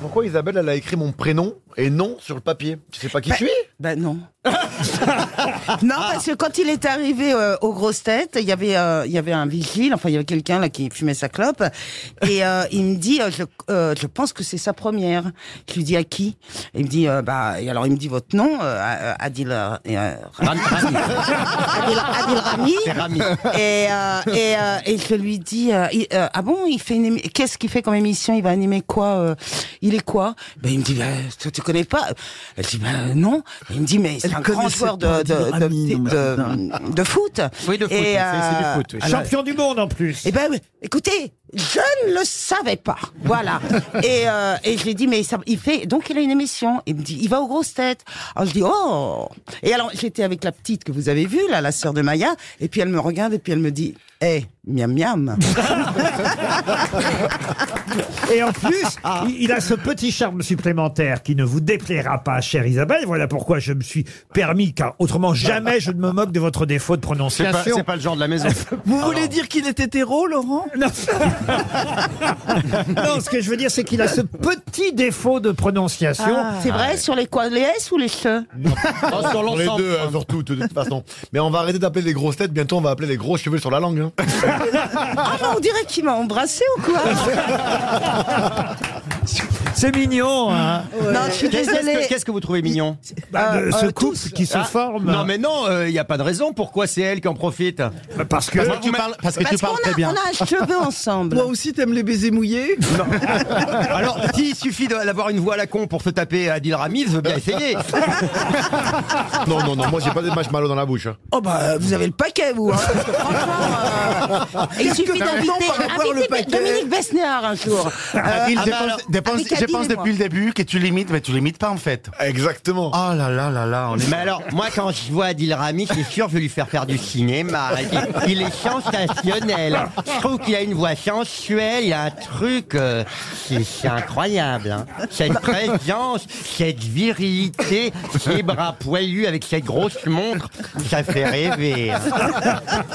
pourquoi Isabelle, elle a écrit mon prénom et non sur le papier. Tu sais pas qui je suis Ben non. non, parce que quand il est arrivé euh, aux grosses têtes, il y avait euh, il y avait un vigile, enfin il y avait quelqu'un là qui fumait sa clope, et euh, il me dit, euh, je, euh, je pense que c'est sa première. Je lui dis à qui Il me dit, euh, bah et alors il me dit votre nom, euh, à- à- Adil, euh, et, euh, Adil, Adil Rami. Et, euh, et, euh, et je lui dis, euh, il- euh, ah bon, il fait une émi- qu'est-ce qu'il fait comme émission Il va animer quoi euh, Il est quoi Ben il me dit, bah, tu, tu connais pas Elle dit, ben non. Il me dit, mais c'est Elle un grand connaissait joueur de pas de, de, Adil Rami, non, mais de- de foot. Oui, de foot, Et, oui, c'est- c'est du euh, foot, oui. alors- Champion du monde en plus. eh ben, écoutez, je ne le savais pas. Voilà. et, euh, et je lui ai dit, mais ça, il fait, donc il a une émission. Il me dit, il va aux grosses têtes. Alors je dis, oh. Et alors, j'étais avec la petite que vous avez vue, là, la sœur de Maya. Et puis elle me regarde et puis elle me dit, hé, miam miam. Et en plus, il- il a ce petit charme supplémentaire qui ne vous déplaira pas, chère Isabelle. Voilà pourquoi je me suis permis, car autrement jamais je ne me moque de votre défaut C'est de pas, prononciation. c'est pas le genre de la maison. Vous voulez dire qu'il est hétéro, Laurent Non. Non, ce que je veux dire, c'est qu'il a ce petit défaut de prononciation. Ah. C'est vrai, sur les quoi, les S ou les che Non, sur les l'ensemble. deux, hein, surtout, de toute façon. Mais on va arrêter d'appeler les grosses têtes, bientôt on va appeler les gros cheveux sur la langue. hein. Ah, mais on dirait qu'il m'a embrassé ou quoi C'est mignon, hein. Non, je suis Qu'est-ce que, désolée. qu'est-ce que vous trouvez mignon Bah, Euh, de ce euh, couple tous. qui se Ah, forme. Non, mais non, euh, il n'y a pas de raison. Pourquoi c'est elle qui en profite Euh, Bah, Parce que. Moi, vous m'avez- parce que Parce qu'on a, on a un cheveu ensemble. Toi aussi, t'aimes les baisers mouillés Alors, s'il suffit de- d'avoir une voix à la con pour se taper euh, Adil Rami, je veux bien essayer. Non, non, non, moi j'ai pas des marshmallows dans la bouche. hein. Oh bah vous avez le paquet vous. Hein, parce que franchement, euh, il suffit que t'as d'inviter le temps par rapport au invitez paquet Dominique Besnéard un jour. ah Adil, bah dépense, alors, dépense- avec Adil dépense et moi. depuis le début que tu limites, mais tu limites pas en fait. Exactement. Oh là là là là, on est Mais alors, moi, quand je vois Adil Rami, c'est sûr, je vais lui faire faire du cinéma. Il, il est sensationnel. Je trouve qu'il a une voix sensuelle, il a un truc. euh, c'est c'est incroyable. hein. Cette présence, cette virilité, ces bras poilus avec cette grosse montre, ça fait rêver. hein.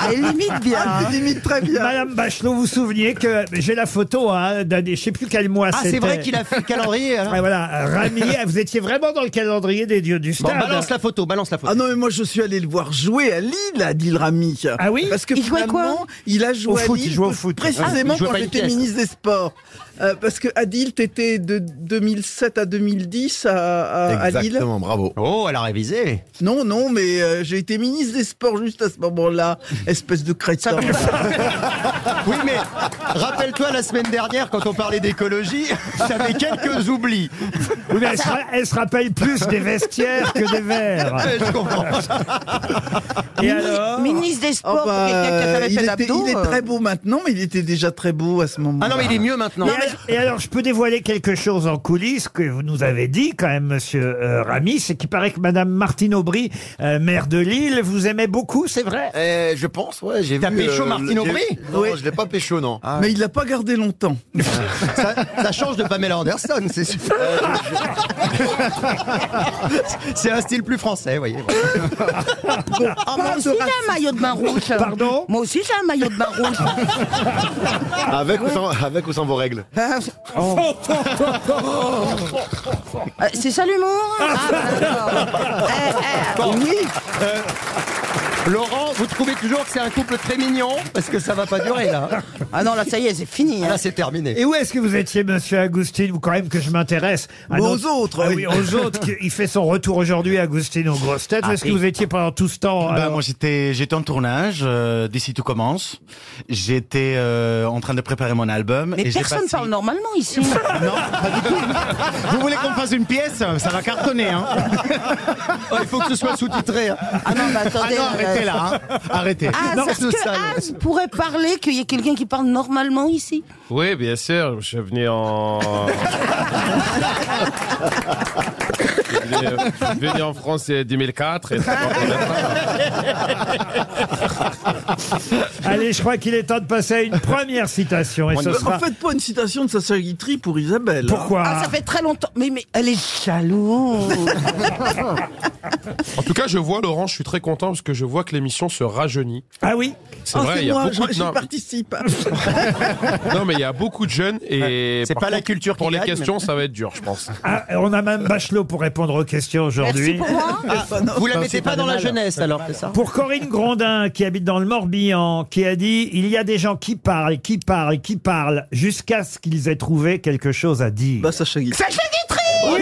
Elle limite bien. hein. Limite très bien. Madame Bachelot, vous vous souveniez que j'ai la photo hein, d'un des- je sais plus quel mois Ah, c'était. c'est vrai qu'il a fait le calendrier. hein. alors Ah, voilà, Rami, vous étiez vraiment dans le calendrier des dieux du Bon, stade. balance la photo, balance la photo. Ah non, mais moi je suis allé le voir jouer à Lille, Adil Rami. Ah oui Parce que Il jouait quoi finalement, il a joué Au à foot, Lille il jouait au foot. précisément Ah, il jouait quand pas une j'étais pièce. ministre des Sports. Euh, parce que Adil, t'étais de 2007 à 2010 Ah, à, à- à Lille. Exactement, bravo. Oh, elle a révisé. Non, non, mais euh, j'ai été ministre des Sports juste à ce moment-là. Espèce de crétin. Oui, mais rappelle-toi la semaine dernière, quand on parlait d'écologie, j'avais quelques oublis. Oui, mais elle, se, ra- elle se rappelle plus des vestiaires que des verres. Euh, je comprends. Et alors Ministre des Oh Sports bah, pour quelqu'un qui a fait il, fait était- d'abdos, il est euh, très beau maintenant, mais il était déjà très beau à ce moment-là. Ah non, mais il est mieux maintenant. et, alors, et alors, je peux dévoiler quelque chose en coulisses que vous nous avez dit quand même, monsieur euh, Rami, c'est qu'il paraît que madame Martine Aubry, euh, maire de Lille, vous aimait beaucoup, c'est vrai Eh, je pense, ouais, j'ai vu. euh, T'as pécho Martine j'ai- Aubry Non, Oui. je l'ai pas pécho, non. Mais il l'a pas gardé longtemps. Ça, ça change de Pamela Anderson, c'est sûr. c'est un style plus français, voyez. oh, moi aussi j'ai un maillot de bain rouge. Pardon Moi aussi j'ai un maillot de bain rouge. Avec, ou sans, avec ou sans vos règles. Euh, euh, c'est ça l'humour Ah, bah, d'accord. Eh, eh, Oui, Laurent, vous trouvez toujours que c'est un couple très mignon Parce que ça va pas durer là. Ah non là ça y est c'est fini. hein. Ah, Là, c'est terminé. Et où est-ce que vous étiez, monsieur Agustine, ou quand même que je m'intéresse à Aux notre- autres, Ah oui, oui. aux autres. qui- Il fait son retour aujourd'hui, Agustine, aux grosses têtes. Où est-ce que vous étiez pendant tout ce temps Bah, alors moi j'étais j'étais en tournage euh, d'ici tout commence. J'étais euh, en train de préparer mon album Mais et j'ai personne passé- parle normalement ici. Ah Non, pas du tout. Vous voulez qu'on fasse une pièce Ça va cartonner hein. Oh, il faut que ce soit sous-titré. hein. Ah non mais Ah attendez. non, euh, arrêtez là hein. Arrêtez. Ah, Non, est-ce c'est que ça, non. Az pourrait parler qu'il y ait quelqu'un qui parle normalement ici Oui, bien sûr, je venais en. Il est euh, venu en France en 2004. Et... Allez, je crois qu'il est temps de passer à une première citation. Et ce Euh, En sera... fait, pas une citation de Sacha Guitry pour Isabelle. hein. Pourquoi Ah, ça fait très longtemps. Mais, mais elle est jalouse. En tout cas, je vois, Laurent, je suis très content parce que je vois que l'émission se rajeunit. Ah oui C'est Oh, Ah, vrai, c'est il y a moi, beaucoup je- de... j'y non, participe. non, mais il y a beaucoup de jeunes et C'est par pas la contre, culture pour qui les gagne, questions, ça va être dur, je pense. Ah, On a même Bachelot pour répondre aux questions Merci aujourd'hui. pour moi. Vous la mettez pas dans la jeunesse alors, c'est ça Pour Corinne Grondin, qui habite dans le Morbihan, qui a dit « Il y a des gens qui parlent, qui parlent, qui parlent, jusqu'à ce qu'ils aient trouvé quelque chose à dire. Bah, Sacha Guitry. Sacha Guitry